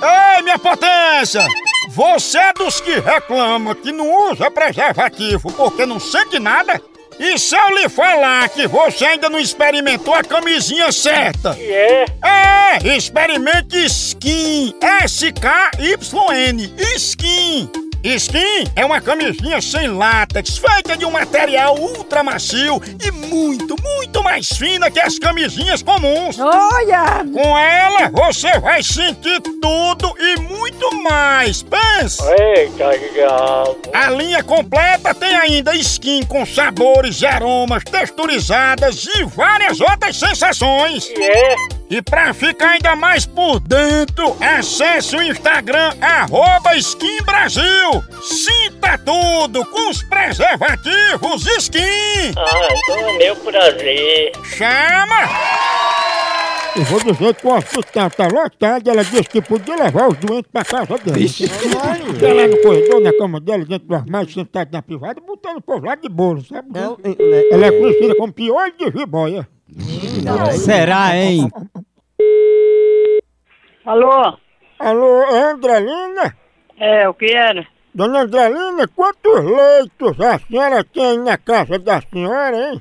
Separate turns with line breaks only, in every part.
Dona Potência! Você é dos que reclama que não usa preservativo porque não sente nada? E se eu lhe falar que você ainda não experimentou a camisinha certa?
E é?
É, experimente Skin. S-K-Y-N. Skin. Skin é uma camisinha sem látex, feita de um material ultra macio e muito, muito mais fina que as camisinhas comuns.
Olha!
Com ela, você vai sentir tudo e muito mais. Pensa!
Eita, diabo.
A linha completa tem ainda skin com sabores e aromas texturizadas e várias outras sensações.
E é?
E pra ficar ainda mais por dentro, acesse o Instagram arroba Skin Brasil. Sinta tudo com os preservativos Skin.
Ah, então é meu prazer.
Chama! Eu vou dizer que o hospital tá lotado, ela disse que podia levar os doentes pra casa dela. Ela lá no corredor, na cama dela, dentro do armário, sentada na privada, botando o povo lá de bolo, sabe?
né?
Ela é conhecida como piolho de jiboia.
Será, hein?
Alô?
Alô, é Andrelina?
É, o que era?
Dona Andrelina, quantos leitos a senhora tem na casa da senhora, hein?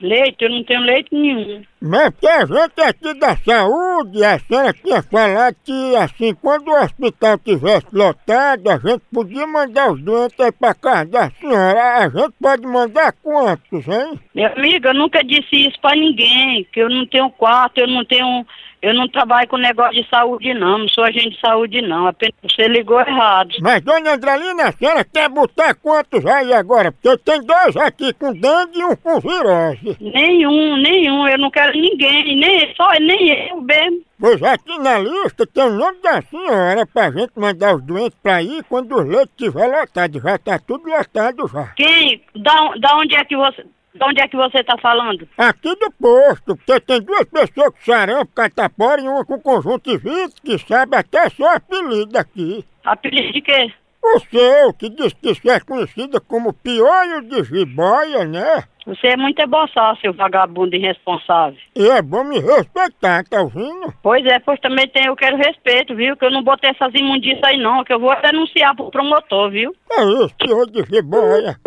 Leite? Eu não tenho leite nenhum.
Mas que a gente aqui da saúde, a senhora tinha falado que assim, quando o hospital tivesse lotado, a gente podia mandar os doentes aí pra casa da senhora. A gente pode mandar quantos, hein?
Minha amiga, eu nunca disse isso pra ninguém, que eu não tenho quarto, eu não tenho... Eu não trabalho com negócio de saúde, não. Não sou agente de saúde, não. Apenas você ligou errado.
Mas, dona Andrelina, a senhora quer botar quantos aí agora? Porque tem dois aqui com dengue e um com virose.
Nenhum, nenhum. Eu não quero ninguém, nem só nem eu mesmo.
Pois aqui na lista tem o nome da senhora pra gente mandar os doentes pra aí quando os leitos estiver lotados. Já tá tudo lotado já.
Quem? Da, on- da onde é que você... Da onde é que você tá falando?
Aqui do posto, porque tem duas pessoas com sarampo, catapora e uma com conjuntivite, que sabe até seu apelido aqui.
Apelido de quê?
O seu, que diz que você é conhecida como piolho de jiboia, né?
Você é muito eboçal, seu vagabundo irresponsável.
E é bom me respeitar, tá ouvindo?
Pois é, pois também tem, eu quero respeito, viu? Que eu não botei essas imundícias aí não, que eu vou denunciar pro promotor, viu?
É isso, piolho de jiboia.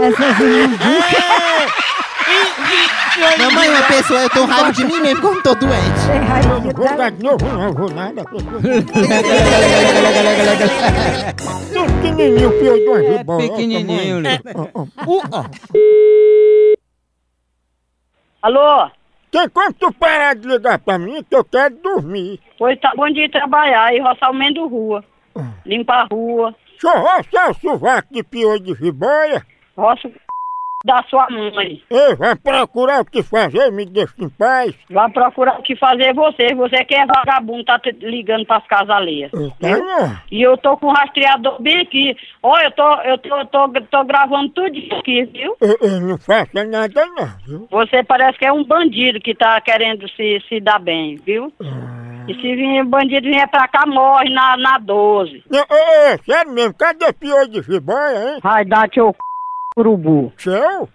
Essas imundícias.
Mamãe, uma pessoa, eu tô raiva de mim mesmo, como tô doente.
Tem raiva
Eu
de
não vou dar
dar.
de novo, não vou nada.
Pequenininho.
Tão pequenininho, o piolho de uma jiboia. ó,
É Pequenininho, Lê.
Alô?
Tem como tu parar de ligar pra mim que eu quero dormir?
Pois tá bom de ir trabalhar e roçar o mendo rua. Limpar a rua.
Deixa eu roçar o sovaco de piolho de jiboia.
Roça o c... da sua mãe.
Ei, vai procurar o que fazer, me deixa em paz.
Vai procurar o que fazer você. Você que é vagabundo, tá te ligando pras casas alheias.
Eu tenho.
E eu tô com o rastreador bem aqui. Ó, eu tô, eu tô, eu tô, tô gravando tudo isso aqui, viu?
Eu, eu não faço nada não, viu?
Você parece que é um bandido que tá querendo se, se dar bem, viu? E se vir bandido vier pra cá, morre na, na 12.
Não, ô, ô, sério mesmo, cadê piolho de jiboia, hein?
Vai dar teu c... urubu.
Seu?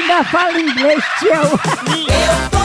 Ainda fala inglês, tio.
Eu tô